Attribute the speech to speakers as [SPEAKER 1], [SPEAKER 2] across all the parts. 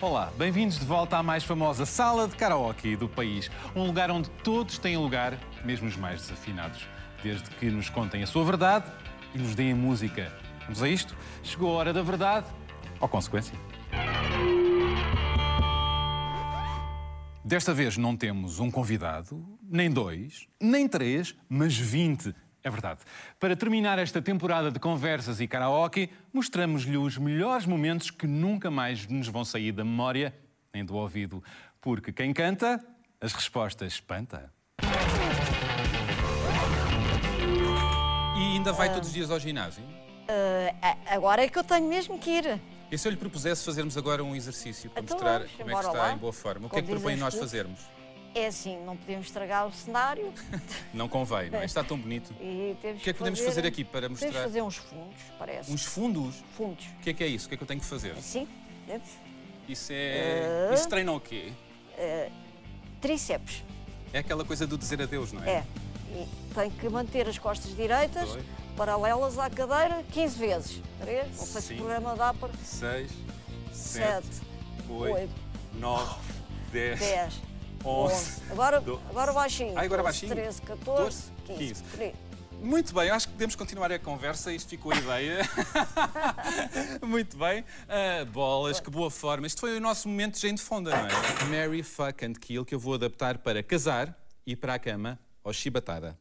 [SPEAKER 1] Olá, bem-vindos de volta à mais famosa sala de karaoke do país. Um lugar onde todos têm lugar, mesmo os mais desafinados. Desde que nos contem a sua verdade e nos deem a música. Vamos a isto? Chegou a hora da verdade ou consequência? Desta vez não temos um convidado, nem dois, nem três, mas vinte. É verdade. Para terminar esta temporada de conversas e karaoke, mostramos-lhe os melhores momentos que nunca mais nos vão sair da memória nem do ouvido. Porque quem canta, as respostas espanta.
[SPEAKER 2] E ainda vai todos os dias ao ginásio?
[SPEAKER 3] A- Agora é que eu tenho mesmo que ir.
[SPEAKER 2] E se eu lhe propusesse fazermos agora um exercício para
[SPEAKER 3] Então
[SPEAKER 2] mostrar
[SPEAKER 3] vamos,
[SPEAKER 2] como é que
[SPEAKER 3] bora
[SPEAKER 2] está
[SPEAKER 3] lá.
[SPEAKER 2] em boa forma? O que
[SPEAKER 3] Como
[SPEAKER 2] é que propõem
[SPEAKER 3] dizes
[SPEAKER 2] nós
[SPEAKER 3] tu.
[SPEAKER 2] fazermos?
[SPEAKER 3] É assim, não podemos estragar o cenário
[SPEAKER 2] Não convém, não é? Está tão bonito.
[SPEAKER 3] e temos
[SPEAKER 2] O que é que podemos fazer aqui para
[SPEAKER 3] Podemos
[SPEAKER 2] mostrar
[SPEAKER 3] fazer uns fundos, parece.
[SPEAKER 2] uns fundos?
[SPEAKER 3] fundos.
[SPEAKER 2] O que é que é isso? O que é que eu tenho que fazer?
[SPEAKER 3] Assim, Ah. podemos.
[SPEAKER 2] Isso é. Isso treina o quê?
[SPEAKER 3] ah, Tríceps.
[SPEAKER 2] É aquela coisa do dizer adeus, não é?
[SPEAKER 3] É. E tem que manter as costas direitas
[SPEAKER 2] Dois.
[SPEAKER 3] paralelas à cadeira 15 vezes. Três, não sei se o
[SPEAKER 2] Cinco.
[SPEAKER 3] programa dá para.
[SPEAKER 2] 6, 7,
[SPEAKER 3] Sete,
[SPEAKER 2] 8,
[SPEAKER 3] oito,
[SPEAKER 2] 9, 10,
[SPEAKER 3] 10,
[SPEAKER 2] 11.
[SPEAKER 3] 11. Agora,
[SPEAKER 2] doze.
[SPEAKER 3] agora baixinho.
[SPEAKER 2] Ah, agora
[SPEAKER 3] 12,
[SPEAKER 2] baixinho?
[SPEAKER 3] 13, 14, 15.
[SPEAKER 2] 15.
[SPEAKER 3] Por aí.
[SPEAKER 2] Muito bem, acho que podemos continuar a conversa, isto ficou a ideia. Muito bem. Ah, bolas, que boa forma. Isto foi o nosso momento de gente fonda, não é? Mary Fuck and Kill, que eu vou adaptar para casar e para a cama, ou chibatada.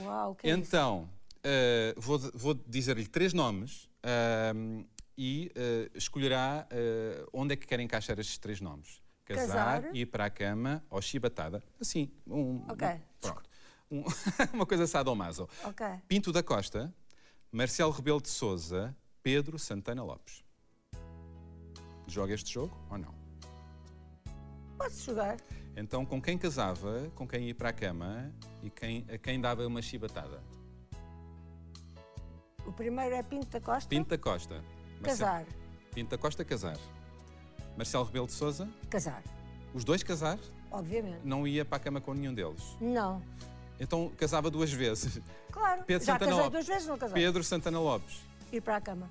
[SPEAKER 4] Uau, que é isso?
[SPEAKER 2] Então, ah, vou, vou dizer-lhe três nomes ah, e ah, escolherá ah, onde é que quer encaixar estes três nomes. Casar,
[SPEAKER 4] Casar.
[SPEAKER 2] ir para a cama ou chibatada. Assim, um...
[SPEAKER 4] Ok.
[SPEAKER 2] um- pronto. Um- uma coisa sadomaso.
[SPEAKER 4] Ok.
[SPEAKER 2] Pinto da Costa, Marcelo Rebelo de Souza, Pedro Santana Lopes. Joga este jogo ou não?
[SPEAKER 4] Posso jogar?
[SPEAKER 2] Então, com quem casava, com quem ia para a cama e quem, a quem dava uma chibatada?
[SPEAKER 4] O primeiro é Pinto da Costa.
[SPEAKER 2] Pinto da Costa. Marcelo-
[SPEAKER 4] Casar.
[SPEAKER 2] Pinto da Costa, casar. Marcelo Rebelo de Souza,
[SPEAKER 4] Casar.
[SPEAKER 2] os dois casar,
[SPEAKER 4] Obviamente.
[SPEAKER 2] não ia para a cama com nenhum deles.
[SPEAKER 4] Não.
[SPEAKER 2] Então, casava duas vezes.
[SPEAKER 4] Claro.
[SPEAKER 2] Pedro
[SPEAKER 4] Já
[SPEAKER 2] Santana
[SPEAKER 4] casei
[SPEAKER 2] Lopes.
[SPEAKER 4] duas vezes, não casei.
[SPEAKER 2] Pedro Santana Lopes.
[SPEAKER 4] Ir para a cama.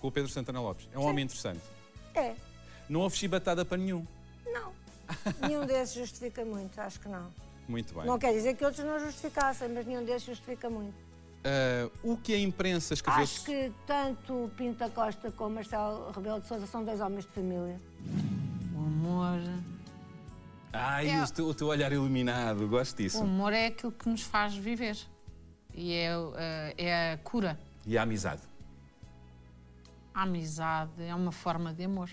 [SPEAKER 2] Com o Pedro Santana Lopes. É um homem interessante.
[SPEAKER 4] É.
[SPEAKER 2] Não houve chibatada para nenhum.
[SPEAKER 4] Não. nenhum desses justifica muito, acho que não.
[SPEAKER 2] Muito bem.
[SPEAKER 4] Não quer dizer que outros não justificassem, mas nenhum desses justifica muito.
[SPEAKER 2] Ah, o que a imprensa escreveu
[SPEAKER 4] Acho que tanto o Pinto da Costa como o Marcelo Rebelo de Sousa são dois homens de família.
[SPEAKER 5] O humor,
[SPEAKER 2] Ai,
[SPEAKER 5] É.
[SPEAKER 2] o, teu, o teu olhar iluminado, gosto
[SPEAKER 5] o
[SPEAKER 2] disso.
[SPEAKER 4] Hum.
[SPEAKER 5] humor é aquilo que nos faz viver e é, uh, é a cura.
[SPEAKER 2] E a amizade.
[SPEAKER 5] A amizade é uma forma de amor.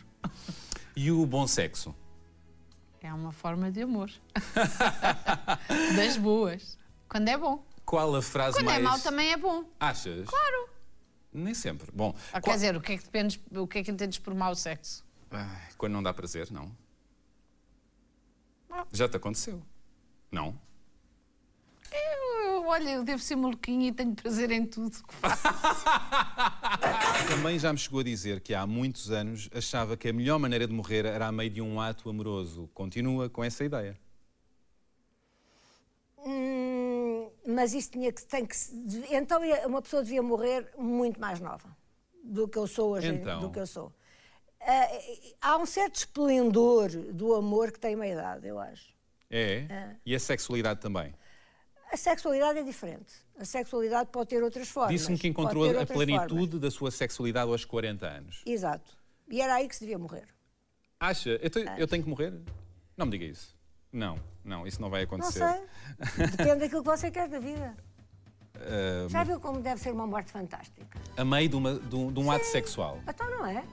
[SPEAKER 2] E o bom sexo.
[SPEAKER 5] É uma forma de amor. das boas. Quando é bom.
[SPEAKER 2] Qual a frase
[SPEAKER 5] Quando
[SPEAKER 2] mais.
[SPEAKER 5] é mau também é bom.
[SPEAKER 2] Achas?
[SPEAKER 5] Claro.
[SPEAKER 2] Nem sempre. Bom,
[SPEAKER 5] Ah, Quer
[SPEAKER 2] qual-
[SPEAKER 5] dizer, o que é que, dependes, o que é que entendes por mau sexo?
[SPEAKER 2] Ai, quando não dá prazer, não.
[SPEAKER 5] Não.
[SPEAKER 2] Já te aconteceu. Não.
[SPEAKER 5] Eu, eu, olha, eu devo ser maluquinha e tenho prazer em tudo. que faço.
[SPEAKER 2] Também já me chegou a dizer que há muitos anos achava que a melhor maneira de morrer era a meio de um ato amoroso. Continua com essa ideia.
[SPEAKER 4] Hum, mas isso tinha que, tem que se- dev- então ia- uma pessoa devia morrer muito mais nova do que eu sou hoje,
[SPEAKER 2] Então.
[SPEAKER 4] do que eu sou. Ah, há um certo esplendor do amor que tem uma idade, eu acho.
[SPEAKER 2] É? E a sexualidade também.
[SPEAKER 4] A sexualidade é diferente. A sexualidade pode ter outras formas.
[SPEAKER 2] Disse-me que
[SPEAKER 4] pode
[SPEAKER 2] encontrou
[SPEAKER 4] ter
[SPEAKER 2] a
[SPEAKER 4] outras formas.
[SPEAKER 2] plenitude da sua sexualidade aos 40 anos.
[SPEAKER 4] Exato. E era aí que se devia morrer.
[SPEAKER 2] Acha? Então, Eu, tenho- eu tenho que morrer? Não me diga isso. Não, não, isso não vai
[SPEAKER 4] Não
[SPEAKER 2] acontecer.
[SPEAKER 4] sei. Depende daquilo que você quer da vida.
[SPEAKER 2] Ah,
[SPEAKER 4] Já viu como deve ser uma morte fantástica?
[SPEAKER 2] a meio de, uma- de um, de um ato sexual.
[SPEAKER 4] Então não é?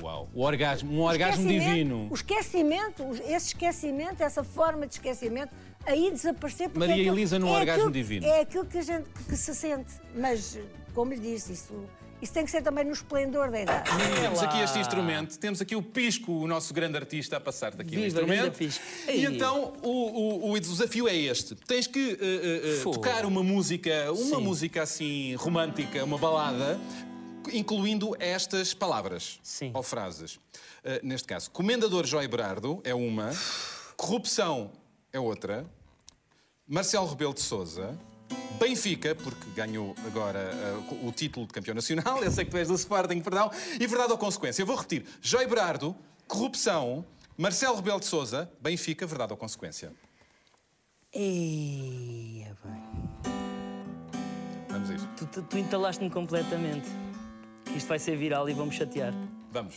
[SPEAKER 2] Uau. O orgasmo, um orgasmo
[SPEAKER 4] Esquecimento,
[SPEAKER 2] divino.
[SPEAKER 4] O esquecimento, os- esse esquecimento, essa forma de esquecimento, aí desaparecer porque
[SPEAKER 2] Maria
[SPEAKER 4] é aquilo-
[SPEAKER 2] Elisa num
[SPEAKER 4] é
[SPEAKER 2] orgasmo
[SPEAKER 4] aquilo-
[SPEAKER 2] divino.
[SPEAKER 4] É aquilo que a gente que, que se sente. Mas, como lhe disse, isso, isso tem que ser também no esplendor da idade.
[SPEAKER 2] Temos aqui este instrumento, temos aqui o Pisco, o nosso grande artista, a passar daqui o
[SPEAKER 6] Viva,
[SPEAKER 2] instrumento.
[SPEAKER 6] grande Pisco.
[SPEAKER 2] E
[SPEAKER 6] Ei.
[SPEAKER 2] então o, o- o desafio é este: tens que eh, eh, eh,
[SPEAKER 6] Fogo.
[SPEAKER 2] tocar uma música, uma música assim romântica, uma balada, incluindo estas palavras
[SPEAKER 6] Sim.
[SPEAKER 2] ou frases. Eh, neste caso, Comendador Joy Berardo é uma, Corrupção é outra, Marcelo Rebelo de Souza. Benfica, porque ganhou agora eh, o título de campeão nacional, eu sei que tu és do Sporting, perdão, e verdade ou consequência. Eu vou repetir: Joy Berardo, Corrupção. Marcelo Rebelo de Souza, Benfica, verdade ou consequência?
[SPEAKER 6] Eia, bem.
[SPEAKER 2] Vamos a isto.
[SPEAKER 6] Tu, tu, tu entalaste-me completamente. Isto vai ser viral e vão-me chatear.
[SPEAKER 2] Vamos.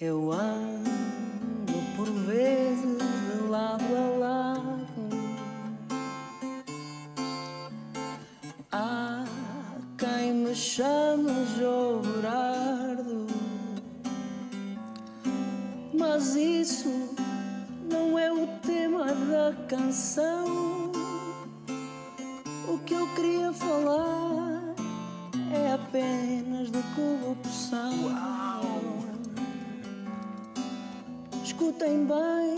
[SPEAKER 6] Eu ando por vezes de lado a lado. Há quem me chame Jobrardo, mas isso não é o tema da canção. O que eu queria falar é apenas de corrupção. Escutem bem,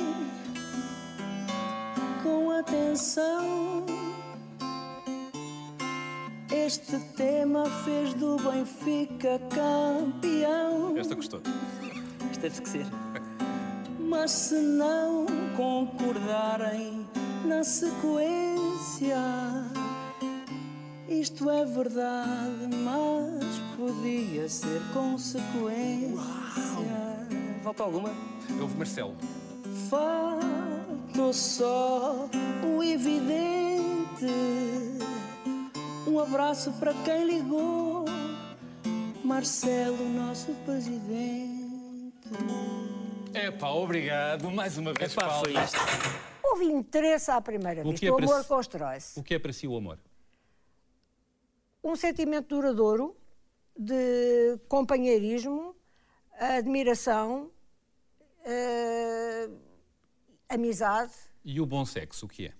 [SPEAKER 6] com atenção. Este tema fez do Benfica campeão.
[SPEAKER 2] Esta gostou.
[SPEAKER 6] Isto deve que ser. Mas se não concordarem na sequência, isto é verdade, mas podia ser consequência. Falta alguma?
[SPEAKER 2] Houve Marcelo.
[SPEAKER 6] Falta só o evidente. Um abraço para quem ligou, Marcelo, nosso presidente.
[SPEAKER 1] Epá, obrigado mais uma vez,
[SPEAKER 6] Pá, foi
[SPEAKER 1] Paulo.
[SPEAKER 6] isto.
[SPEAKER 4] Houve interesse à primeira
[SPEAKER 2] que
[SPEAKER 4] vista.
[SPEAKER 2] é
[SPEAKER 4] O
[SPEAKER 2] para
[SPEAKER 4] amor
[SPEAKER 2] se-
[SPEAKER 4] constrói-se.
[SPEAKER 2] O que é para si o amor?
[SPEAKER 4] Um sentimento duradouro de companheirismo, admiração, eh, amizade.
[SPEAKER 2] E o bom sexo, o que é?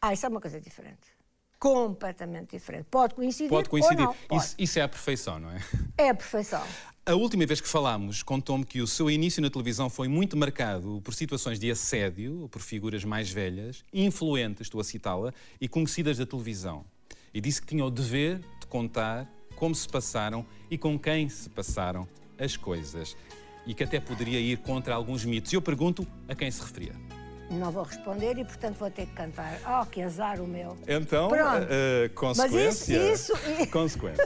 [SPEAKER 4] Ah, isso é uma coisa diferente. Completamente diferente. Pode coincidir.
[SPEAKER 2] Pode coincidir.
[SPEAKER 4] Ou não. Pode.
[SPEAKER 2] Isso, isso é a perfeição, não é?
[SPEAKER 4] É a perfeição.
[SPEAKER 2] A última vez que falámos, contou-me que o seu início na televisão foi muito marcado por situações de assédio, por figuras mais velhas, influentes, estou a citá-la, e conhecidas da televisão. E disse que tinha o dever de contar como se passaram e com quem se passaram as coisas. E que até poderia ir contra alguns mitos. E eu pergunto a quem se referia.
[SPEAKER 4] Não vou responder e, portanto, vou ter que cantar. Oh, que azar o meu.
[SPEAKER 2] Então,
[SPEAKER 4] Pronto.
[SPEAKER 2] eh, eh, consequência.
[SPEAKER 4] isso- isso-
[SPEAKER 2] Consequência.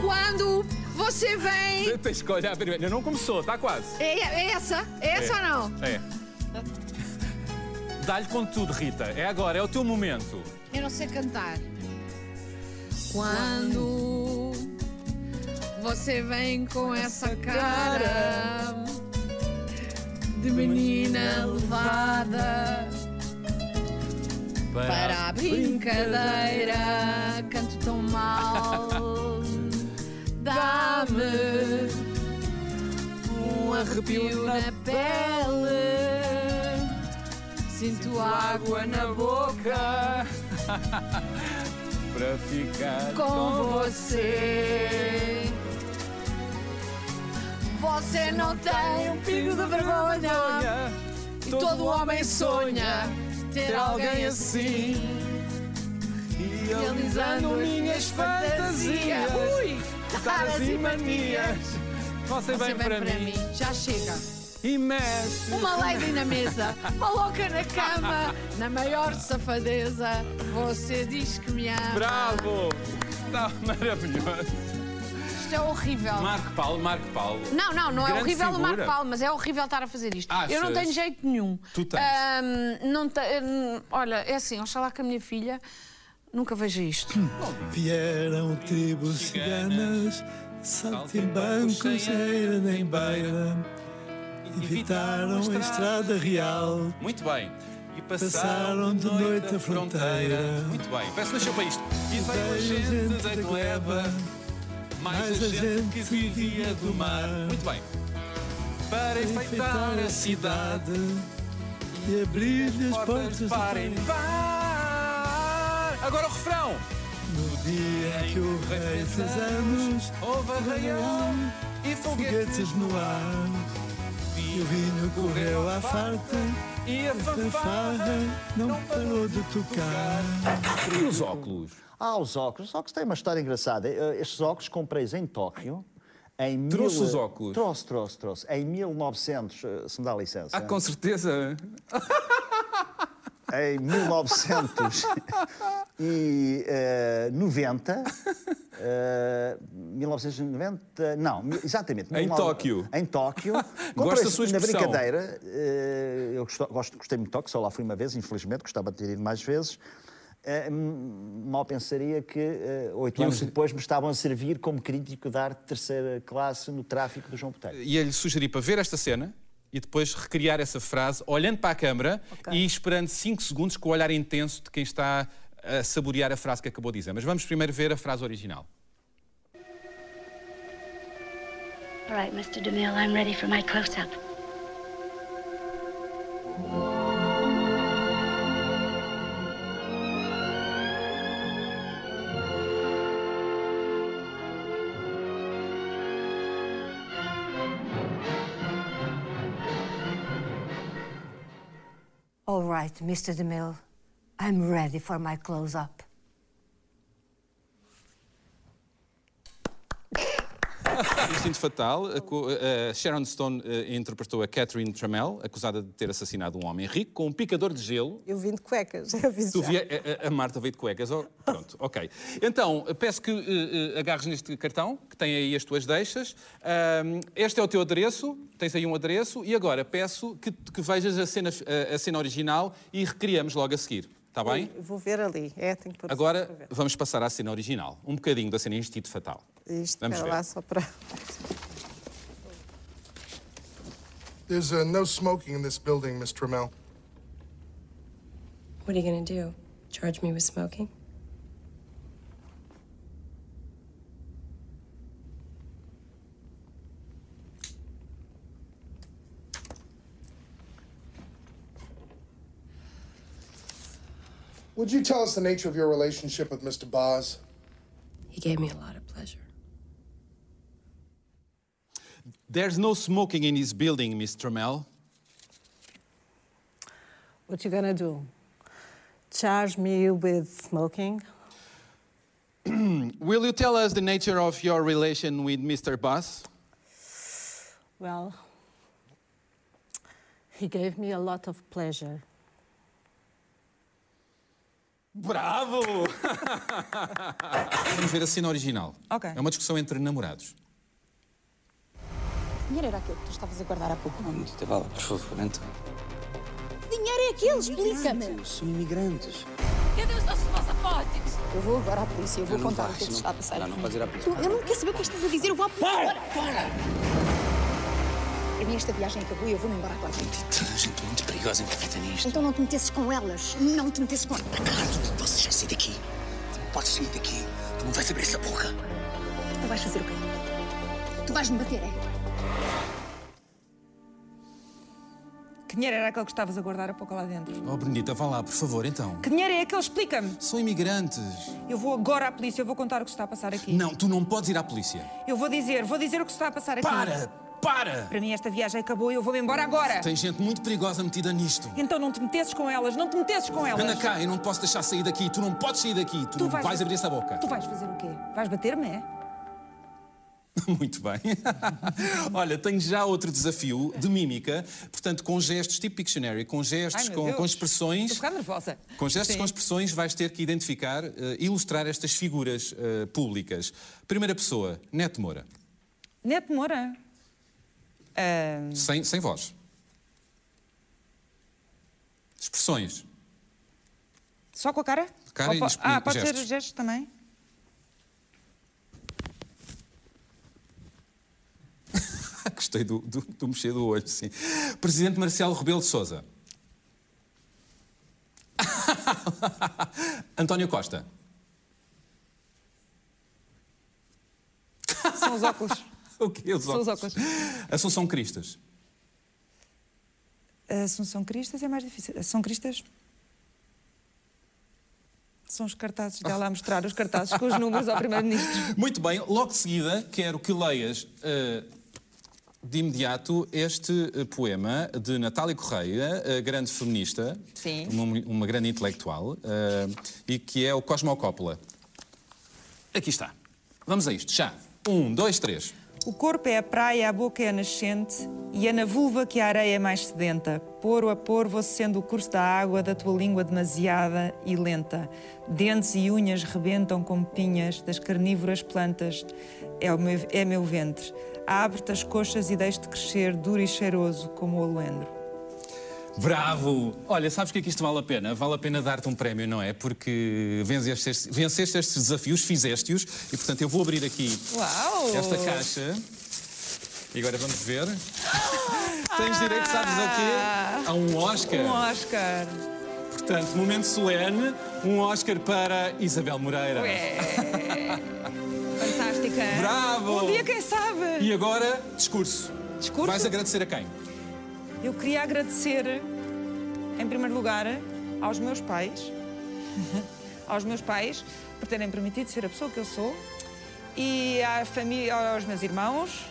[SPEAKER 5] Quando você vem.
[SPEAKER 2] Tens que olhar primeiro. Não começou, está quase.
[SPEAKER 5] É, é essa? É essa ou não?
[SPEAKER 2] É. Dá-lhe com tudo, Rita. É agora, é o teu momento.
[SPEAKER 5] Eu não sei cantar. Quando você vem com essa cara de menina levada para a brincadeira, canto tão mal. Dá-me um arrepio na pele, sinto água na boca.
[SPEAKER 2] Para ficar
[SPEAKER 5] com você. Você não tem um pingo de vergonha. E todo homem sonha ter alguém assim. Realizando minhas fantasias, taras e manias.
[SPEAKER 2] Você
[SPEAKER 5] Você
[SPEAKER 2] vem para mim
[SPEAKER 5] já chega.
[SPEAKER 2] e mexe.
[SPEAKER 5] Uma lady na mesa, uma louca na cama, na maior safadeza. Você diz que me ama.
[SPEAKER 2] Bravo! Está maravilhoso.
[SPEAKER 5] Isto é horrível.
[SPEAKER 2] Marco Paulo, Marco Paulo.
[SPEAKER 5] Não, não, não é
[SPEAKER 2] Grande
[SPEAKER 5] horrível o
[SPEAKER 2] figura.
[SPEAKER 5] Marco Paulo, mas é horrível estar a fazer isto.
[SPEAKER 2] Achas?
[SPEAKER 5] Eu não tenho jeito nenhum.
[SPEAKER 2] Tu tens.
[SPEAKER 5] Ahm, não te- hum, olha, é assim, oxalá que a minha filha nunca veja isto.
[SPEAKER 2] Hum.
[SPEAKER 7] Vieram tribos ciganas, saltimbancos era nem baila, evitaram a estrada real.
[SPEAKER 2] Muito bem. E
[SPEAKER 7] Passaram de noite a fronteira.
[SPEAKER 2] Muito bem. Parece que nasceu para isto. E veio a
[SPEAKER 7] Veio
[SPEAKER 2] gente da
[SPEAKER 7] gente da
[SPEAKER 2] gleba, mais a gente que vivia do mar. Muito bem. Para enfeitar a cidade,
[SPEAKER 7] e abrir-lhe as
[SPEAKER 2] portas
[SPEAKER 7] portas
[SPEAKER 2] para
[SPEAKER 7] do
[SPEAKER 2] embar. Agora o refrão.
[SPEAKER 7] No dia em que o rei fez anos,
[SPEAKER 2] Houve arraial e foguete
[SPEAKER 7] foguetes no ar, e o vinho correu à farta,
[SPEAKER 2] e a
[SPEAKER 7] a farra
[SPEAKER 2] fanfarra.
[SPEAKER 7] não parou de tocar.
[SPEAKER 2] E os óculos?
[SPEAKER 8] Ah, os óculos. Os óculos têm uma história engraçada. Eh, Estes óculos comprei-os em Tóquio. Em
[SPEAKER 2] Trouxe
[SPEAKER 8] mil-
[SPEAKER 2] os óculos?
[SPEAKER 8] Trouxe, trouxe,
[SPEAKER 2] Ah,
[SPEAKER 8] trouxe. Em 1900, eh, se me dá licença.
[SPEAKER 2] certeza.
[SPEAKER 8] em 1990. eh, 1990, não, mi- exatamente.
[SPEAKER 2] Em
[SPEAKER 8] 19
[SPEAKER 2] Tóquio.
[SPEAKER 8] Em Tóquio.
[SPEAKER 2] Gosto da
[SPEAKER 8] Comprei
[SPEAKER 2] sua
[SPEAKER 8] na
[SPEAKER 2] expressão.
[SPEAKER 8] brincadeira. eh, eu gosto, gosto- gostei muito de Tóquio, só lá fui uma vez, infelizmente, gostava de ter ido mais vezes. Eh, m- mal pensaria que eh, oito
[SPEAKER 2] um
[SPEAKER 8] anos depois me estavam a servir como crítico de arte de terceira classe no tráfico do João Botelho.
[SPEAKER 2] Ia-lhe sugerir para ver esta cena e depois recriar essa frase, olhando para a câmara e esperando 5 segundos com o olhar intenso de quem está a saborear a frase que acabou de dizer. Mas vamos primeiro ver a frase original.
[SPEAKER 9] All right, Mr. DeMille, I'm ready for my close up.
[SPEAKER 4] All right, Mr. DeMille, I'm ready for my close-up.
[SPEAKER 2] Instinto Fatal, a co- a Sharon Stone eh, interpretou a Catherine Trammell, acusada de ter assassinado um homem rico com um picador de gelo.
[SPEAKER 10] Eu vim de cuecas, eu fiz
[SPEAKER 2] Tu
[SPEAKER 10] já.
[SPEAKER 2] vi, a, a- a Marta veio de cuecas. oh, pronto, ok. Então, peço que eh, eh, agarres neste cartão, que tem aí as tuas deixas. Ahm, este é o teu adereço, tens aí um adereço. E agora peço que, que vejas a cena, eh, a, a cena original e recriamos logo a seguir. Está bem?
[SPEAKER 10] Eu Vou ver ali. É, tenho que pôr para
[SPEAKER 2] Agora
[SPEAKER 10] ver.
[SPEAKER 2] vamos passar à cena original. Um bocadinho da cena Instinto Fatal.
[SPEAKER 10] Isto,
[SPEAKER 2] vamos
[SPEAKER 10] espera
[SPEAKER 2] ver.
[SPEAKER 10] lá, só para.
[SPEAKER 11] There's uh, no smoking in this building, Miss Trammell.
[SPEAKER 12] What are you gonna do? Charge me with smoking?
[SPEAKER 11] Would you tell us the nature of your relationship with Mr. Boz?
[SPEAKER 12] He gave me a lot of pleasure.
[SPEAKER 2] There's no smoking in this building, Miss Trammell.
[SPEAKER 10] What you gonna do? Charge me with smoking?
[SPEAKER 2] Will you tell us the nature of your relation with Mr. Bass?
[SPEAKER 10] Well, he gave me a lot of pleasure.
[SPEAKER 2] Bravo! Vamos ver a cena original.
[SPEAKER 10] Ok.
[SPEAKER 2] É uma discussão entre namorados.
[SPEAKER 13] Dinheiro era aquele que tu estavas a guardar há pouco.
[SPEAKER 7] Não te bala, por favor, então.
[SPEAKER 13] Dinheiro é aquele, explica-me.
[SPEAKER 7] São imigrantes.
[SPEAKER 13] Cadê os nossos passaportes? Eu vou agora à polícia, eu vou contar o que é que se está a passar.
[SPEAKER 7] Ela não pode ir à polícia.
[SPEAKER 13] Tu- eu não quero saber o que estás a dizer, eu vou à polícia. Para! Para mim esta viagem acabou e eu vou-me embora com a gente.
[SPEAKER 7] Toda a gente muito perigosa envolvida nisto.
[SPEAKER 13] Então não te metesses com elas, não te metesses com...
[SPEAKER 7] Claro, você já sai daqui. Tu não podes sair daqui. Tu não vais abrir essa boca.
[SPEAKER 13] Tu vais fazer o quê? Tu vais-me bater, é?
[SPEAKER 14] Que dinheiro era aquele que estavas a guardar há pouco lá dentro?
[SPEAKER 2] Oh, Benedita, vá lá, por favor, então.
[SPEAKER 14] Que dinheiro é aquele? Explica-me.
[SPEAKER 2] São imigrantes.
[SPEAKER 14] Eu vou agora à polícia, eu vou contar o que se está a passar aqui.
[SPEAKER 2] Não, tu não podes ir à polícia.
[SPEAKER 14] Eu vou dizer, vou dizer o que se está a passar aqui.
[SPEAKER 2] Para! Para!
[SPEAKER 14] Para mim esta viagem acabou e eu vou-me embora agora.
[SPEAKER 2] Tem gente muito perigosa metida nisto.
[SPEAKER 14] Então não te metesses com elas, não é te metesses com elas.
[SPEAKER 2] Anda cá, eu não te posso deixar sair daqui. Tu não podes sair daqui. Tu, não vais, abrir essa boca.
[SPEAKER 14] Tu vais fazer o quê? Vais bater-me, é?
[SPEAKER 2] Muito bem. Olha, tenho já outro desafio de mímica, portanto, com gestos tipo Pictionary, com gestos,
[SPEAKER 14] Ai, meu
[SPEAKER 2] com,
[SPEAKER 14] Deus.
[SPEAKER 2] com expressões.
[SPEAKER 14] Estou a ficar nervosa.
[SPEAKER 2] Com gestos,
[SPEAKER 14] Sim.
[SPEAKER 2] com expressões, vais ter que identificar, eh, ilustrar estas figuras eh, públicas. Primeira pessoa, Neto Moura,
[SPEAKER 14] Neto Moura. Ah,
[SPEAKER 2] sem, sem voz. Expressões.
[SPEAKER 14] só com a cara?
[SPEAKER 2] Cara
[SPEAKER 14] Ou
[SPEAKER 2] e
[SPEAKER 14] po-
[SPEAKER 2] espe-
[SPEAKER 14] Ah, pode ser
[SPEAKER 2] gestos.
[SPEAKER 14] os gestos também?
[SPEAKER 2] Gostei do, do, do mexer do olho, sim. Presidente Marcelo Rebelo de Souza. António Costa.
[SPEAKER 14] São os óculos.
[SPEAKER 2] O quê? Os
[SPEAKER 14] São os
[SPEAKER 2] óculos.
[SPEAKER 14] óculos.
[SPEAKER 2] Assunção Cristas.
[SPEAKER 14] Assunção Cristas é mais difícil. Assunção Cristas. São os cartazes dela a mostrar os cartazes com os números ao Primeiro-Ministro.
[SPEAKER 2] Muito bem, logo de seguida quero que leias eh, de imediato este eh, poema de Natália Correia, eh, grande feminista,
[SPEAKER 14] Sim.
[SPEAKER 2] uma, mu- uma grande intelectual, eh, e que é o Cosmocópula. Aqui está. Vamos a isto, já. Um, dois, três.
[SPEAKER 14] O corpo é a praia, a boca é a nascente, e é na vulva que a areia é mais sedenta. Poro a poro vou sendo o curso da água da tua língua demasiada e lenta. Dentes e unhas rebentam como pinhas das carnívoras plantas. É, o meu, é meu ventre. Abre-te as coxas e deixo-te crescer duro e cheiroso como o aloendro.
[SPEAKER 2] Bravo! Olha, sabes o que é que isto vale a pena? Vale a pena dar-te um prémio, não é? Porque venceste, estes- venceste estes desafios, fizeste-os, e portanto eu vou abrir aqui
[SPEAKER 14] Uau!
[SPEAKER 2] esta caixa. E agora vamos ver. Tens direito,
[SPEAKER 6] Ah.
[SPEAKER 2] sabes a quê? A um Oscar.
[SPEAKER 14] Um Oscar.
[SPEAKER 2] Portanto, momento solene, um Oscar para Isabel Moreira.
[SPEAKER 14] Ué. Fantástica.
[SPEAKER 2] Bravo!
[SPEAKER 14] Um dia, quem sabe?
[SPEAKER 2] E agora, discurso.
[SPEAKER 14] Discurso?
[SPEAKER 2] Vais agradecer a quem?
[SPEAKER 14] Eu queria agradecer, em primeiro lugar, aos meus pais, aos meus pais por terem permitido ser a pessoa que eu sou, e à família, aos meus irmãos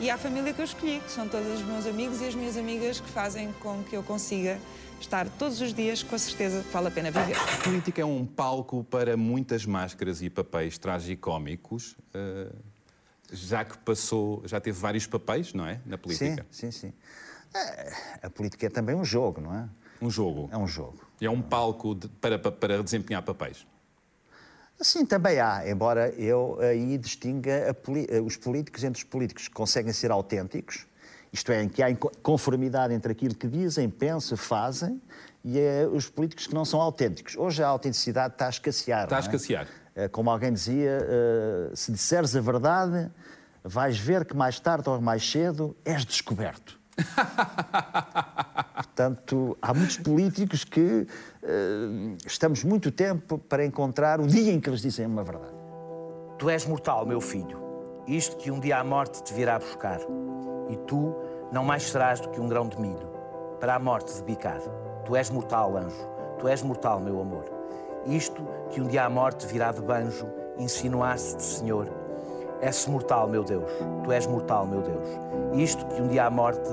[SPEAKER 14] e à família que eu escolhi, que são todos os meus amigos e as minhas amigas que fazem com que eu consiga estar todos os dias com a certeza de que vale a pena viver.
[SPEAKER 2] Política é um palco para muitas máscaras e papéis tragicómicos, eh, já que passou, já teve vários papéis, não é? Na política.
[SPEAKER 8] Sim, sim, sim. A política é também um jogo, não é?
[SPEAKER 2] Um jogo.
[SPEAKER 8] É um jogo.
[SPEAKER 2] É um palco de- para, pa- para desempenhar papéis.
[SPEAKER 8] Sim, Assim também há, embora eu aí distinga a poli- eh, os políticos entre os políticos que conseguem ser autênticos, isto é, em que há inco- conformidade entre aquilo que dizem, pensam, fazem, e eh, os políticos que não são autênticos. Hoje a autenticidade está a escassear.
[SPEAKER 2] Está a
[SPEAKER 8] não é?
[SPEAKER 2] escassear.
[SPEAKER 8] Eh, Como alguém dizia, eh, se disseres a verdade, vais ver que mais tarde ou mais cedo és descoberto.
[SPEAKER 2] Ah.
[SPEAKER 8] Portanto, há muitos políticos que eh, estamos muito tempo para encontrar o dia em que eles dizem uma verdade.
[SPEAKER 7] Tu és mortal, meu filho. Isto que um dia a morte te virá buscar. E tu não mais serás do que um grão de milho para a morte de bicar. Tu és mortal, anjo. Tu és mortal, meu amor. Isto que um dia a morte virá de banjo insinuar-se de senhor. És mortal, meu Deus. Tu és mortal, meu Deus. Isto que um dia a morte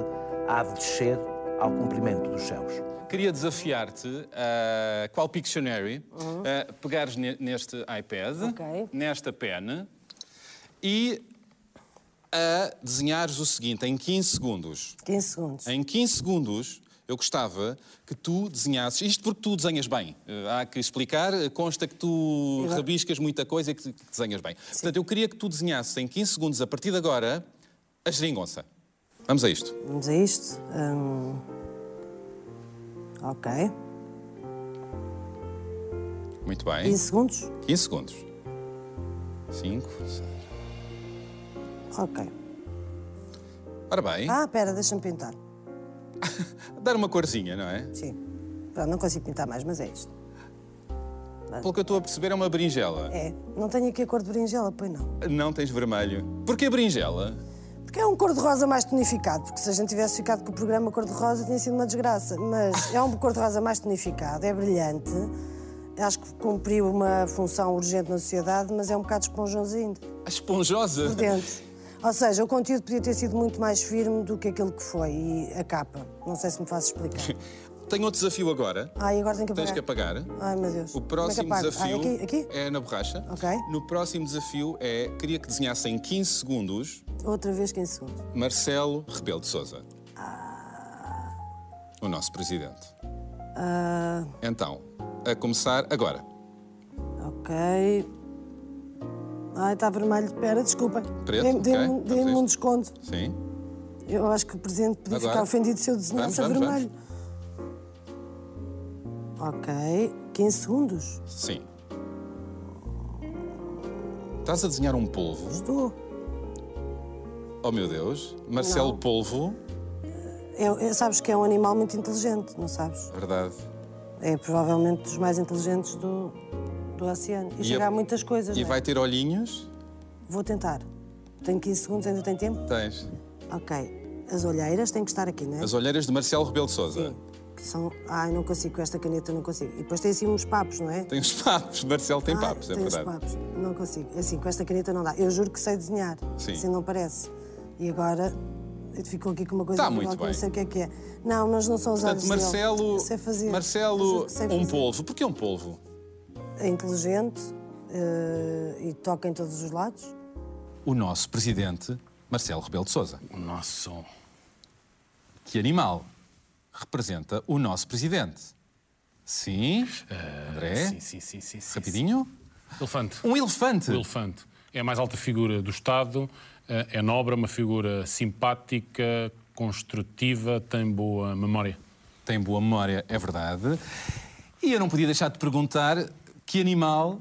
[SPEAKER 7] há de descer ao cumprimento dos céus.
[SPEAKER 2] Queria desafiar-te a qual Pictionary a pegares ne- neste iPad, nesta pena e a desenhares o seguinte em 15 segundos.
[SPEAKER 10] 15 segundos.
[SPEAKER 2] Em 15 segundos, eu gostava que tu desenhasses. Isto porque tu desenhas bem. Eh, Há que explicar. eh, Consta que tu
[SPEAKER 15] Eu-
[SPEAKER 2] rabiscas muita coisa e que que desenhas bem. Portanto, eu queria que tu desenhasses em 15 segundos, a partir de agora, a geringonça. Vamos a isto.
[SPEAKER 10] Vamos a isto. Hum, Ok.
[SPEAKER 2] Muito bem.
[SPEAKER 10] 15 segundos?
[SPEAKER 2] 15 segundos. 5.
[SPEAKER 10] Ok.
[SPEAKER 2] Ora bem,
[SPEAKER 10] Ah, pera, deixa-me pintar.
[SPEAKER 2] dar uma corzinha, não é?
[SPEAKER 10] Sim. Pronto, não consigo pintar mais, mas é isto.
[SPEAKER 2] Pelo que eu estou a perceber, é uma berinjela.
[SPEAKER 10] É. Não tenho aqui a cor de berinjela, pois não.
[SPEAKER 2] Não tens vermelho. Porquê berinjela?
[SPEAKER 10] Porque é um cor-de-rosa mais tonificado, porque se a gente tivesse ficado com o programa cor-de-rosa tinha sido uma desgraça. Mas é um cor-de-rosa mais tonificado, é brilhante. Acho que cumpriu uma função urgente na sociedade, mas é um bocado esponjosinho
[SPEAKER 2] A esponjosa.
[SPEAKER 10] por dentro. Ou seja, o conteúdo podia ter sido muito mais firme do que aquilo que foi e a capa. Não sei se me faço explicar.
[SPEAKER 2] Tenho outro desafio agora.
[SPEAKER 10] Ai, agora Ah, tenho que
[SPEAKER 2] Tens
[SPEAKER 10] apagar.
[SPEAKER 2] que apagar.
[SPEAKER 10] Ai, meu Deus.
[SPEAKER 2] O
[SPEAKER 10] Como é que
[SPEAKER 2] próximo
[SPEAKER 10] apago?
[SPEAKER 2] desafio
[SPEAKER 10] Ai, aqui, aqui?
[SPEAKER 2] é na borracha.
[SPEAKER 10] Ok.
[SPEAKER 2] No próximo desafio é, queria que desenhasse em 15 segundos
[SPEAKER 10] Outra vez 15 segundos.
[SPEAKER 2] Marcelo Rebelo de Souza. O nosso presidente.
[SPEAKER 10] Ah,
[SPEAKER 2] Então, a começar agora.
[SPEAKER 10] ok. Ai, está vermelho. Pera, desculpa.
[SPEAKER 2] Preto,
[SPEAKER 10] Dê-me dê-me-
[SPEAKER 2] ok, vamos a
[SPEAKER 10] dê-me um
[SPEAKER 2] isto.
[SPEAKER 10] desconto.
[SPEAKER 2] Sim.
[SPEAKER 10] Eu acho que o Presidente podia
[SPEAKER 2] Agora.
[SPEAKER 10] ficar ofendido se eu desenhasse a
[SPEAKER 2] Vamos, vamos,
[SPEAKER 10] vermelho. Ok, 15 segundos.
[SPEAKER 2] Sim. Estás a desenhar um polvo?
[SPEAKER 10] Estou.
[SPEAKER 2] Oh meu Deus. Marcelo
[SPEAKER 10] Não.
[SPEAKER 2] Polvo.
[SPEAKER 10] É- é- sabes que é um animal muito inteligente, não sabes?
[SPEAKER 2] Verdade.
[SPEAKER 10] É provavelmente dos mais inteligentes do, do oceano. E,
[SPEAKER 2] E
[SPEAKER 10] chega
[SPEAKER 2] a-
[SPEAKER 10] a muitas coisas.
[SPEAKER 2] E
[SPEAKER 10] não é?
[SPEAKER 2] vai ter olhinhos?
[SPEAKER 10] Vou tentar. Tenho 15 segundos, ainda tem tempo?
[SPEAKER 2] Tens.
[SPEAKER 10] Hum? Ok. As olheiras têm que estar aqui, não é?
[SPEAKER 2] As olheiras de Marcelo Rebelo de Souza.
[SPEAKER 10] Que são. Ai, não consigo, com esta caneta não consigo. E depois tem assim uns papos, não é?
[SPEAKER 2] Tem os papos. Marcelo tem
[SPEAKER 10] Ah,
[SPEAKER 2] papos, é
[SPEAKER 10] tem os
[SPEAKER 2] verdade.
[SPEAKER 10] papos. Não consigo. Assim, com esta caneta não dá. Eu juro que sei desenhar.
[SPEAKER 2] Sim.
[SPEAKER 10] Assim não parece. E agora ficou aqui com uma coisa
[SPEAKER 2] Tá
[SPEAKER 10] que
[SPEAKER 2] muito
[SPEAKER 10] não
[SPEAKER 2] bem.
[SPEAKER 10] sei o que é que é. Não, mas não são os olhos
[SPEAKER 2] Portanto,
[SPEAKER 10] dele.
[SPEAKER 2] Marcelo.
[SPEAKER 10] Eu sei fazer. Eu juro
[SPEAKER 2] Marcelo,
[SPEAKER 10] que sei
[SPEAKER 2] um
[SPEAKER 10] fazer.
[SPEAKER 2] polvo. Porquê um polvo?
[SPEAKER 10] É inteligente eh, e toca em todos os lados.
[SPEAKER 2] O nosso presidente Marcelo Rebelo de Sousa. O nosso som. Que animal representa o nosso presidente? Sim, André?
[SPEAKER 15] sim, sim, sim, sim, sim.
[SPEAKER 2] Rapidinho?
[SPEAKER 15] Elefante.
[SPEAKER 2] Um elefante?
[SPEAKER 15] O elefante. É a mais alta figura do Estado, eh, é nobre, é uma figura simpática, construtiva, tem boa memória.
[SPEAKER 2] Tem boa memória, é verdade. E eu não podia deixar de perguntar que animal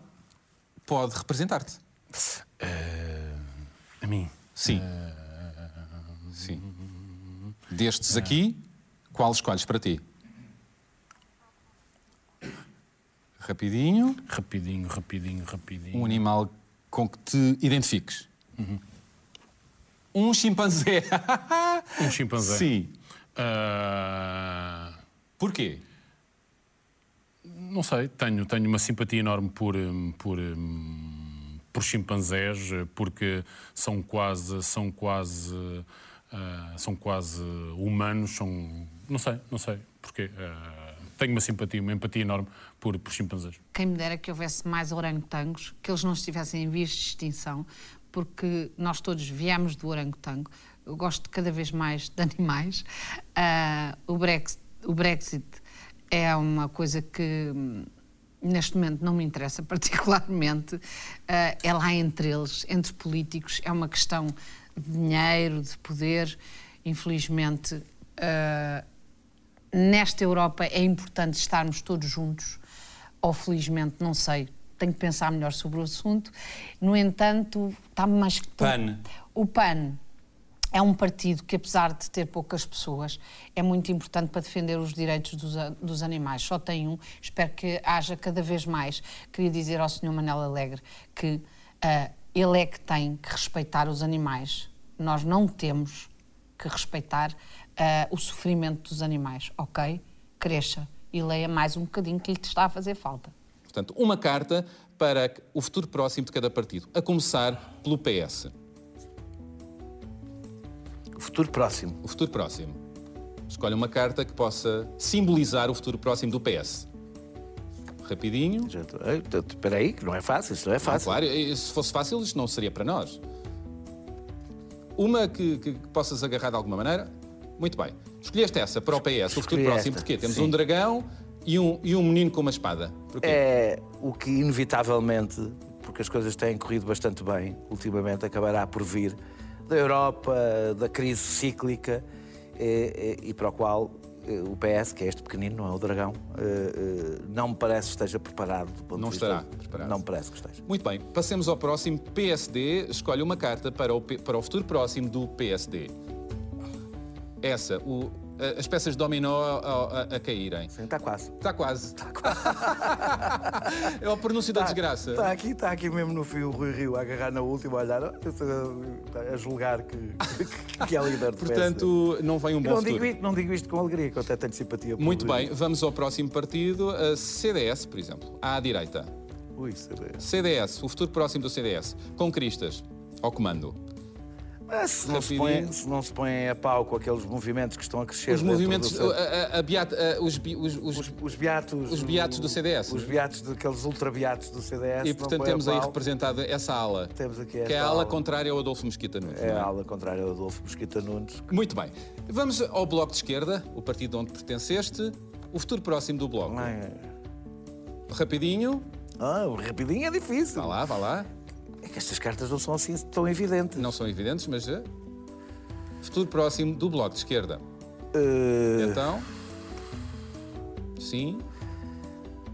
[SPEAKER 2] pode representar-te?
[SPEAKER 15] A mim. Eh,
[SPEAKER 2] Sim. Sim. Destes aqui, qual escolhes para ti? Rapidinho.
[SPEAKER 15] Rapidinho, rapidinho, rapidinho. Uhum.
[SPEAKER 2] Um animal com que te identifiques. Um chimpanzé.
[SPEAKER 15] Um chimpanzé.
[SPEAKER 2] Sim.
[SPEAKER 15] Porquê? Não sei, tenho, tenho uma simpatia enorme por, hum, por, hum, por chimpanzés, eh, porque são quase, são quase, ah, são quase humanos, são, não sei, não sei porquê. Ah, tenho uma simpatia, uma empatia enorme por, por chimpanzés.
[SPEAKER 16] Quem me dera que houvesse mais orangotangos, que eles não estivessem em vias de extinção, porque nós todos viemos do orangotango. Eu gosto cada vez mais de animais. Ah, o, Brex- o Brexit é uma coisa que hum, neste momento não me interessa particularmente. Ah, é lá entre eles, entre políticos, é uma questão de dinheiro, de poder. Infelizmente, ah, nesta Europa é importante estarmos todos juntos, ou felizmente, não sei, tenho que pensar melhor sobre o assunto. No entanto, está-me mais.
[SPEAKER 2] PAN.
[SPEAKER 16] O PAN é um partido que, apesar de ter poucas pessoas, é muito importante para defender os direitos dos, a- dos animais. Só tem um, espero que haja cada vez mais. Queria dizer ao Sr. Manel Alegre que ah, ele é que tem que respeitar os animais. Nós não temos que respeitar ah, o sofrimento dos animais, ok? Cresça e leia mais um bocadinho que lhe está a fazer falta.
[SPEAKER 2] Portanto, uma carta para o futuro próximo de cada partido, a começar pelo PS.
[SPEAKER 7] O futuro próximo.
[SPEAKER 2] O futuro próximo. Escolha uma carta que possa simbolizar o futuro próximo do PS. Rapidinho.
[SPEAKER 7] Espera aí, que não é fácil, isto não é fácil.
[SPEAKER 2] claro, e se fosse fácil, isto não seria para nós. Uma que, que- que possas agarrar de alguma maneira? Muito bem. Escolheste essa para o PS, o futuro
[SPEAKER 7] Escolhi
[SPEAKER 2] próximo,
[SPEAKER 7] esta,
[SPEAKER 2] porquê? Temos
[SPEAKER 7] sim.
[SPEAKER 2] um dragão e um, e um menino com uma espada. Porquê?
[SPEAKER 7] É o que inevitavelmente, porque as coisas têm corrido bastante bem ultimamente, acabará por vir da Europa, da crise cíclica eh, eh, e para o qual eh, o PS, que é este pequenino, não é o dragão, eh, eh, não me parece que esteja preparado do ponto
[SPEAKER 2] Não
[SPEAKER 7] de vista.
[SPEAKER 2] estará preparado.
[SPEAKER 7] Não me parece que esteja.
[SPEAKER 2] Muito bem, passemos ao próximo. PSD escolhe uma carta para o, P- para o futuro próximo do PSD. Essa, o- a- as peças de dominó a, a- a caírem. Sim,
[SPEAKER 7] está tá quase. Tá
[SPEAKER 2] Está quase. é o pronúncio da desgraça.
[SPEAKER 7] Está Tá, aqui, está aqui mesmo no fio o Rui Rio a agarrar na última, a olhar, a julgar que, que, que é líder do
[SPEAKER 2] Portanto, não vem um
[SPEAKER 7] PSD.
[SPEAKER 2] bom
[SPEAKER 7] Eu não
[SPEAKER 2] futuro.
[SPEAKER 7] digo, isto, não digo isto com alegria, que eu até tenho simpatia por
[SPEAKER 2] Muito bem, vamos ao próximo partido, a CDS, por exemplo, à direita.
[SPEAKER 7] Ui, CDS.
[SPEAKER 2] CDS, o futuro próximo do CDS, com Cristas ao comando.
[SPEAKER 7] Mas se não, se põe, se não se põe a pau com aqueles movimentos que estão a crescer.
[SPEAKER 2] Os
[SPEAKER 7] dentro
[SPEAKER 2] movimentos,
[SPEAKER 7] do seu-
[SPEAKER 2] a- a- a beata- a- os, bi- os, os,
[SPEAKER 7] beatos,
[SPEAKER 2] os beatos do CDS.
[SPEAKER 7] os beatos, daqueles ultrabeatos do CDS.
[SPEAKER 2] E
[SPEAKER 7] não
[SPEAKER 2] portanto
[SPEAKER 7] põe a
[SPEAKER 2] temos aí
[SPEAKER 7] pau.
[SPEAKER 2] representada essa ala.
[SPEAKER 7] Temos aqui
[SPEAKER 2] que é
[SPEAKER 7] esta
[SPEAKER 2] a ala
[SPEAKER 7] ala.
[SPEAKER 2] contrária ao Adolfo Mesquita Nunes.
[SPEAKER 7] É
[SPEAKER 2] não
[SPEAKER 7] a ala contrária ao Adolfo Mosquita Nunes.
[SPEAKER 2] Muito bem. Vamos ao Bloco de Esquerda, o partido onde pertenceste, o futuro próximo do Bloco. Rapidinho.
[SPEAKER 7] é. Ah, rapidinho é difícil.
[SPEAKER 2] Vá lá, vá lá.
[SPEAKER 7] É que estas cartas não são assim tão evidentes.
[SPEAKER 2] Não são evidentes, mas. eh, Futuro próximo do Bloco de Esquerda.
[SPEAKER 7] Eh,
[SPEAKER 2] Então. Sim.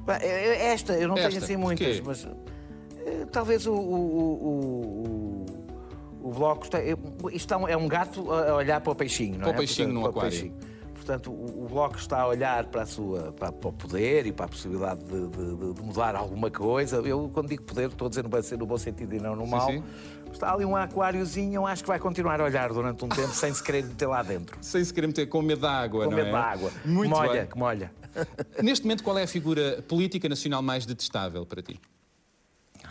[SPEAKER 7] pá, eu- eu- é, Esta, eu não
[SPEAKER 2] Esta,
[SPEAKER 7] tenho assim muitas,
[SPEAKER 2] porquê?
[SPEAKER 7] mas. eh, Talvez o. o, o, o- o- o bloco está, eh, isto é um- é um gato a a olhar para o peixinho, não
[SPEAKER 2] Para o
[SPEAKER 7] é?
[SPEAKER 2] peixinho
[SPEAKER 7] Portanto,
[SPEAKER 2] no
[SPEAKER 7] para o
[SPEAKER 2] aquário.
[SPEAKER 7] peixinho. Portanto, o, o bloco está a olhar para, a sua, para, para o poder e para a possibilidade de, de- de- de mudar alguma coisa. Eu, quando digo poder, estou a dizer no bom, sen- no bom sentido e não no mau.
[SPEAKER 2] sim.
[SPEAKER 7] Está ali um aquáriozinho, eu acho que vai continuar a olhar durante um tempo sem se querer meter lá dentro.
[SPEAKER 2] Sem se querer meter com medo da água,
[SPEAKER 7] Com
[SPEAKER 2] não
[SPEAKER 7] medo
[SPEAKER 2] é?
[SPEAKER 7] da água.
[SPEAKER 2] Muito
[SPEAKER 7] molha,
[SPEAKER 2] bem.
[SPEAKER 7] que molha.
[SPEAKER 2] Neste momento, qual é a figura política nacional mais detestável para ti?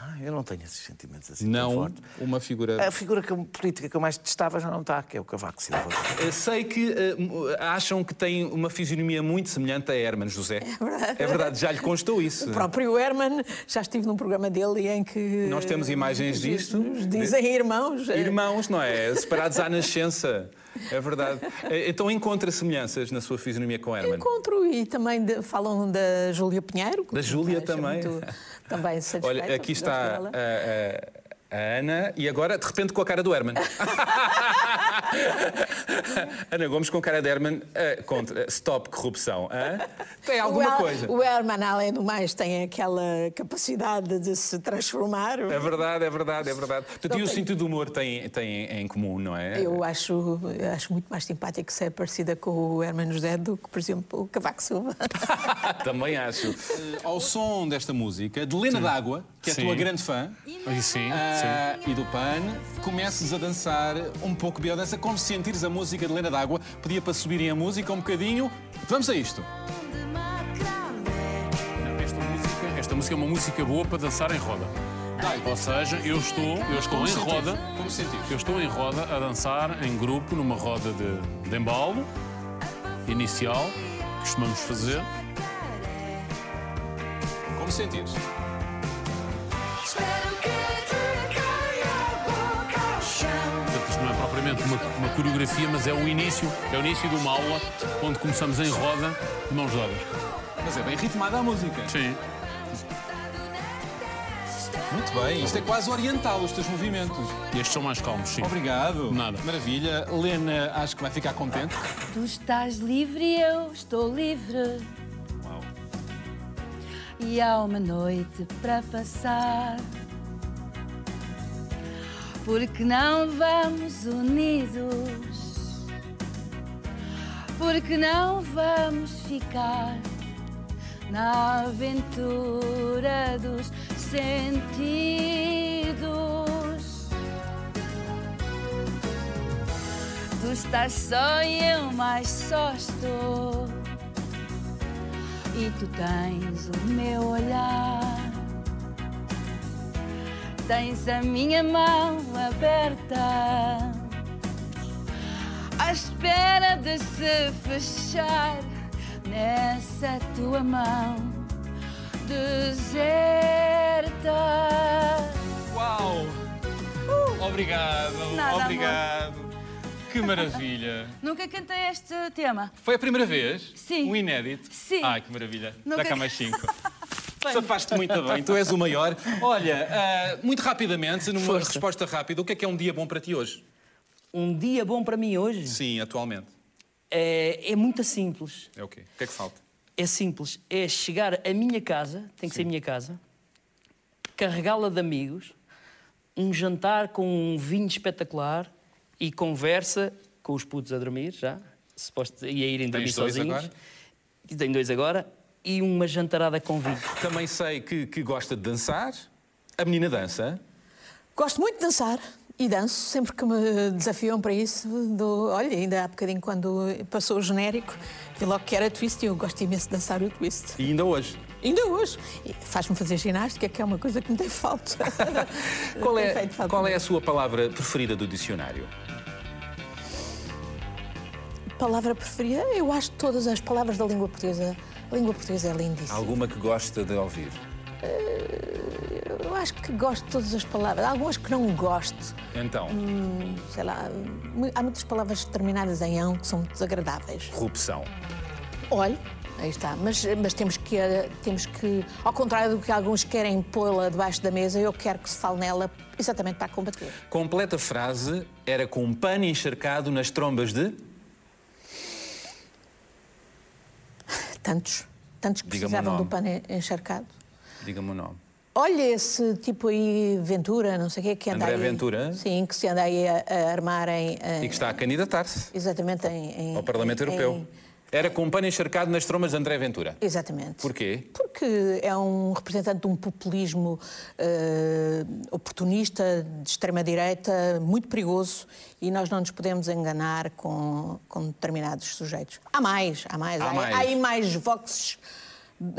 [SPEAKER 7] Ah, eu não tenho esses sentimentos assim tão
[SPEAKER 2] Não
[SPEAKER 7] fortes.
[SPEAKER 2] uma figura.
[SPEAKER 7] A figura que, política que eu mais detestava já não está, que é o Cavaco Silva.
[SPEAKER 2] Eh, Sei que eh, m- acham que tem uma fisionomia muito semelhante a Herman José. É
[SPEAKER 17] verdade.
[SPEAKER 2] É verdade, já lhe constou isso.
[SPEAKER 17] O próprio Herman, já estive num programa dele em que.
[SPEAKER 2] Nós temos imagens disto.
[SPEAKER 17] Nos dizem irmãos. eh,
[SPEAKER 2] Irmãos, não é? Separados à nascença. É verdade. Eh, Então encontra semelhanças na sua fisionomia com Herman.
[SPEAKER 17] Encontro e também de- falam da Júlia Pinheiro.
[SPEAKER 2] Da Júlia também.
[SPEAKER 17] Também satisfeita.
[SPEAKER 2] Olha, aqui
[SPEAKER 17] Tá Gosto
[SPEAKER 2] está
[SPEAKER 17] dela.
[SPEAKER 2] a, a- a Ana e agora, de repente, com a cara do Herman. Ana Gomes com cara de Herman eh, contra eh, stop corrupção. eh? hã? Tem
[SPEAKER 17] o
[SPEAKER 2] alguma
[SPEAKER 17] Her-
[SPEAKER 2] coisa.
[SPEAKER 17] O Herman, além do mais, tem aquela capacidade de se transformar.
[SPEAKER 2] É verdade, é verdade, é verdade. Portanto,
[SPEAKER 17] Não
[SPEAKER 2] e o
[SPEAKER 17] tem-
[SPEAKER 2] sentido do humor tem, tem em comum, não é?
[SPEAKER 17] Eu acho, acho muito mais simpático ser parecida com o Herman José do que, por exemplo, o Cavaco Silva.
[SPEAKER 2] Também acho. Eh, ao som desta música, de Lena D'Água, que é a
[SPEAKER 15] Sim.
[SPEAKER 2] tua grande fã,
[SPEAKER 15] Aí sim,
[SPEAKER 2] ah, e do PAN, comeces a dançar um pouco biodança, como se sentires a música de Lena D'Água. Pedia para subirem a música um bocadinho. Vamos a isto.
[SPEAKER 15] Esta música, esta música é uma música boa para dançar em roda. Ou seja, eu estou, eu estou
[SPEAKER 2] Como
[SPEAKER 15] em
[SPEAKER 2] sentiste?
[SPEAKER 15] roda.
[SPEAKER 2] Como sentiste?
[SPEAKER 15] Eu estou em roda a dançar em grupo numa roda de, de embalo inicial que costumamos fazer.
[SPEAKER 2] Como sentires?
[SPEAKER 15] Portanto, isto não é propriamente uma, uma coreografia, mas é o início, é o início de uma aula onde começamos em roda de mãos dadas.
[SPEAKER 2] Mas é bem ritmada a música.
[SPEAKER 15] Sim.
[SPEAKER 2] Muito bem, isto é quase oriental, os teus movimentos.
[SPEAKER 15] Estes são mais calmos, sim.
[SPEAKER 2] Obrigado. Nada. Maravilha. Lena, acho que vai ficar contente.
[SPEAKER 18] Tu estás livre e eu estou livre. E há uma noite para passar. Porque não vamos unidos? Porque não vamos ficar na aventura dos sentidos? Tu estás só e eu mais só estou. E tu tens o meu olhar. Tens a minha mão aberta, à espera de se fechar nessa tua mão deserta.
[SPEAKER 15] Uau!
[SPEAKER 18] Uh,
[SPEAKER 15] Obrigado,
[SPEAKER 18] Nada, amor.
[SPEAKER 15] obrigado. Que maravilha.
[SPEAKER 18] Nunca cantei este tema.
[SPEAKER 15] Foi a primeira vez?
[SPEAKER 18] Sim.
[SPEAKER 15] Um inédito?
[SPEAKER 18] Sim.
[SPEAKER 15] Ai, que maravilha.
[SPEAKER 18] Nunca-
[SPEAKER 15] Dá cá mais cinco.
[SPEAKER 2] Safaste muito bem, tu és o maior. Olha, ah, muito rapidamente, numa resposta rápida, o que é que é um dia bom para ti hoje?
[SPEAKER 6] Um dia bom para mim hoje
[SPEAKER 2] Sim, atualmente.
[SPEAKER 6] é, é muito simples.
[SPEAKER 2] É o quê? O que é que falta?
[SPEAKER 6] É simples. É chegar à minha casa, tem que ser a minha casa, carregá-la de amigos, um jantar com um vinho espetacular e conversa com os putos a dormir já, suposto, e a irem dormir
[SPEAKER 2] Tens dois
[SPEAKER 6] sozinhos.
[SPEAKER 2] agora?
[SPEAKER 6] E Tenho dois agora. E uma jantarada com vinho.
[SPEAKER 2] Também sei que, que gosta de dançar. A menina dança.
[SPEAKER 17] Gosto muito de dançar e danço sempre que me desafiam para isso. dou- Olha, ainda há bocadinho quando passou o genérico, vi logo que era twist e eu gosto imenso de dançar o twist.
[SPEAKER 2] E ainda hoje.
[SPEAKER 17] Ainda hoje. E Faz-me fazer ginástica, que é uma coisa que me tem falta.
[SPEAKER 2] Qual é,
[SPEAKER 18] Tá
[SPEAKER 2] qual é a sua palavra preferida do dicionário?
[SPEAKER 4] Palavra preferida? Eu acho todas as palavras da língua portuguesa. A língua portuguesa é lindíssima.
[SPEAKER 2] Alguma que gosta de ouvir?
[SPEAKER 17] Eh,
[SPEAKER 4] Eu acho que gosto de todas as palavras. Há algumas que não gosto.
[SPEAKER 2] Então,
[SPEAKER 4] Hum, sei lá, mu- há muitas palavras terminadas em ão que são desagradáveis.
[SPEAKER 2] corrupção.
[SPEAKER 4] Olhe, aí está. Mas, mas temos, que, eh, temos que, ao contrário do que alguns querem pô-la debaixo da mesa, eu quero que se fale nela exatamente para a combater.
[SPEAKER 2] Completa frase era com um pano encharcado nas trombas de.
[SPEAKER 4] Tantos, tantos que
[SPEAKER 2] Diga-me o
[SPEAKER 4] precisavam
[SPEAKER 2] nome.
[SPEAKER 4] do pano en- encharcado.
[SPEAKER 2] Diga-me o nome.
[SPEAKER 4] Olha esse tipo aí, Ventura, não sei o quê, que anda
[SPEAKER 2] André
[SPEAKER 4] aí...
[SPEAKER 2] Ventura?
[SPEAKER 4] Sim, que se anda aí a, a armar em... em-
[SPEAKER 17] É.
[SPEAKER 2] E que está a candidatar-se
[SPEAKER 4] Exatamente, em... em-
[SPEAKER 2] ao Parlamento
[SPEAKER 4] em-
[SPEAKER 2] Europeu. Era com um pano encharcado nas trombas de André Ventura.
[SPEAKER 4] Exatamente.
[SPEAKER 2] Porquê?
[SPEAKER 4] Porque é um representante de um populismo eh, oportunista, de extrema-direita, muito perigoso e nós não nos podemos enganar com, com determinados sujeitos. Há mais, há mais.
[SPEAKER 2] Há
[SPEAKER 4] há,
[SPEAKER 2] mais.
[SPEAKER 4] há aí mais voxes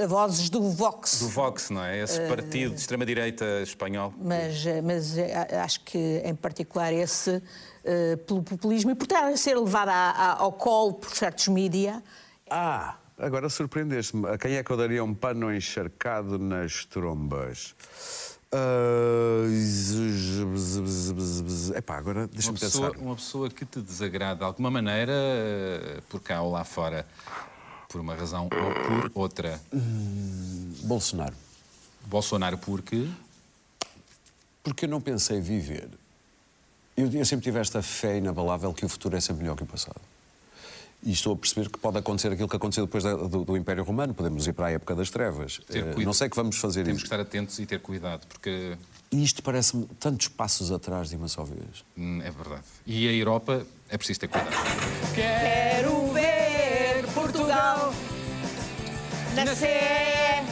[SPEAKER 17] vozes do Vox.
[SPEAKER 14] Do Vox, não é? Esse
[SPEAKER 17] Eh,
[SPEAKER 14] partido de extrema-direita espanhol.
[SPEAKER 17] mas, mas eh, a- acho que em particular esse, eh, pelo populismo e por estar a ser levado a- a- ao colo por certos mídia.
[SPEAKER 11] Ah, agora surpreendeste-me. A quem é que eu daria um pano encharcado nas trombas? Ah, zzz, zzz, zzz, zzz, zzz. Epá, agora
[SPEAKER 14] Uma
[SPEAKER 11] deixa-me
[SPEAKER 14] pessoa,
[SPEAKER 11] pensar.
[SPEAKER 14] uma pessoa que te desagrada de alguma maneira, eh, por cá ou lá fora, por uma razão ou por outra.
[SPEAKER 19] Hum,
[SPEAKER 11] Bolsonaro.
[SPEAKER 14] Bolsonaro porque.
[SPEAKER 19] Porque eu não pensei viver. Eu, eu sempre tive esta fé inabalável que o futuro é sempre melhor que o passado. E estou a perceber que pode acontecer aquilo que aconteceu depois da- do, do Império Romano. Podemos ir para a época das trevas.
[SPEAKER 14] Ter
[SPEAKER 19] Eh,
[SPEAKER 14] cuidado.
[SPEAKER 19] não sei que vamos fazer
[SPEAKER 14] Temos
[SPEAKER 19] isso.
[SPEAKER 14] que estar atentos e ter cuidado, porque.
[SPEAKER 19] E isto parece-me tantos passos atrás de uma só vez.
[SPEAKER 14] É verdade. E a Europa é preciso ter cuidado.
[SPEAKER 6] Quero ver Portugal nascer.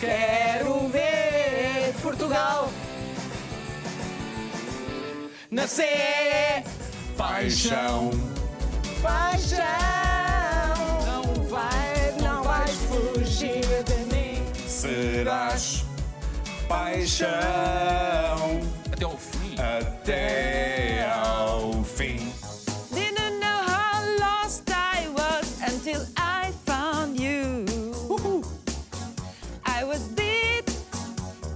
[SPEAKER 6] Quero ver Portugal nascer.
[SPEAKER 11] Paixão.
[SPEAKER 6] Paixão, não vai, não vais fugir de mim.
[SPEAKER 11] Serás paixão
[SPEAKER 14] até ao fim.
[SPEAKER 11] Até ao fim.
[SPEAKER 6] Didn't know how lost I was until I found you. I was deep,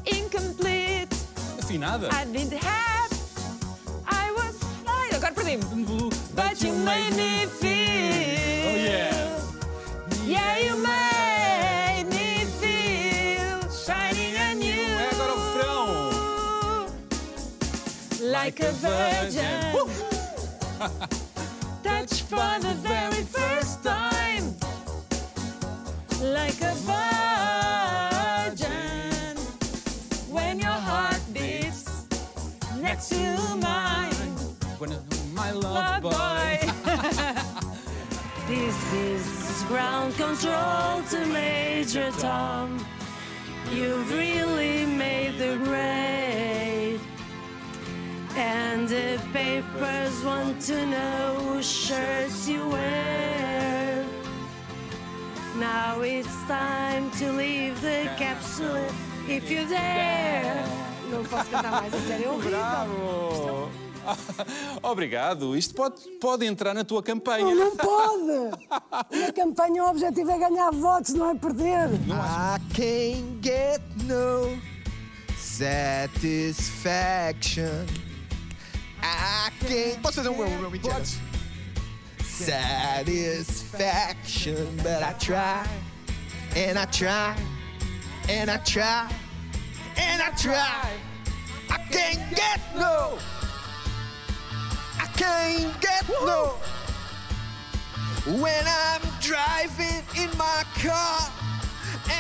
[SPEAKER 6] incomplete.
[SPEAKER 14] Afinada.
[SPEAKER 6] I didn't have. I was. oh, Ai, agora perdi-me. But you made me feel.
[SPEAKER 14] Oh, yeah.
[SPEAKER 6] Yeah, you made me feel shining on you. É agora o refrão. Like a virgin. Touch for the very first time. Like a virgin. When your heart beats next to mine.
[SPEAKER 14] My
[SPEAKER 6] love boy. this is ground control to Major Tom. You really made the grade. And the papers want to know whose shirts you wear. Now it's time to leave the capsule if you dare. Não posso cantar mais, a sério, é horrível.
[SPEAKER 14] Bravo! Obrigado. Isto pode, pode entrar na tua
[SPEAKER 10] Não,
[SPEAKER 14] campanha.
[SPEAKER 10] não pode! Na campanha o objetivo é ganhar votos, não é perder.
[SPEAKER 5] I can't get no satisfaction. I can't. Posso fazer um meu, meu mentira? Satisfaction, but I try and I try and I try and I try. I can't get no. I can't get no. When I'm driving in my car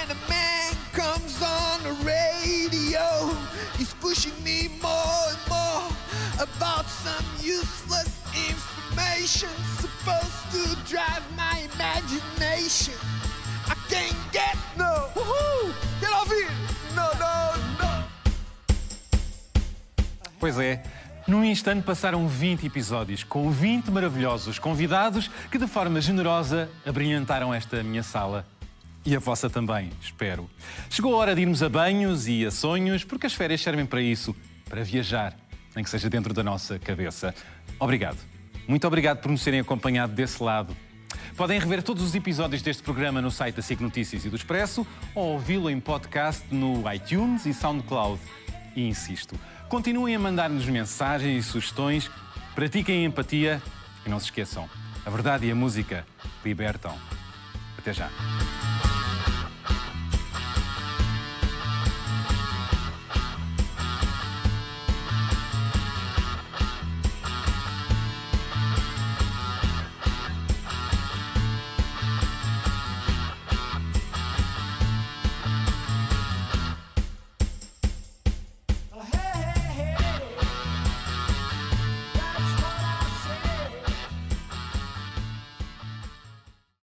[SPEAKER 5] and a man comes on the radio, he's pushing me more and more about some useless information supposed to drive my imagination. I can't get no. Woohoo! Get off here! No, no, no.
[SPEAKER 2] Pois é, num instante passaram 20 episódios, com 20 maravilhosos convidados que, de forma generosa, abrilhantaram esta minha sala. E a vossa também, espero. Chegou a hora de irmos a banhos e a sonhos, porque as férias servem para isso para viajar, nem que seja dentro da nossa cabeça. Obrigado. Muito obrigado por nos terem acompanhado desse lado. Podem rever todos os episódios deste programa no site da SIC Notícias e do Expresso ou ouvi-lo em podcast no iTunes e SoundCloud. E insisto, continuem a mandar-nos mensagens e sugestões, pratiquem a empatia e não se esqueçam, a verdade e a música libertam. Até já.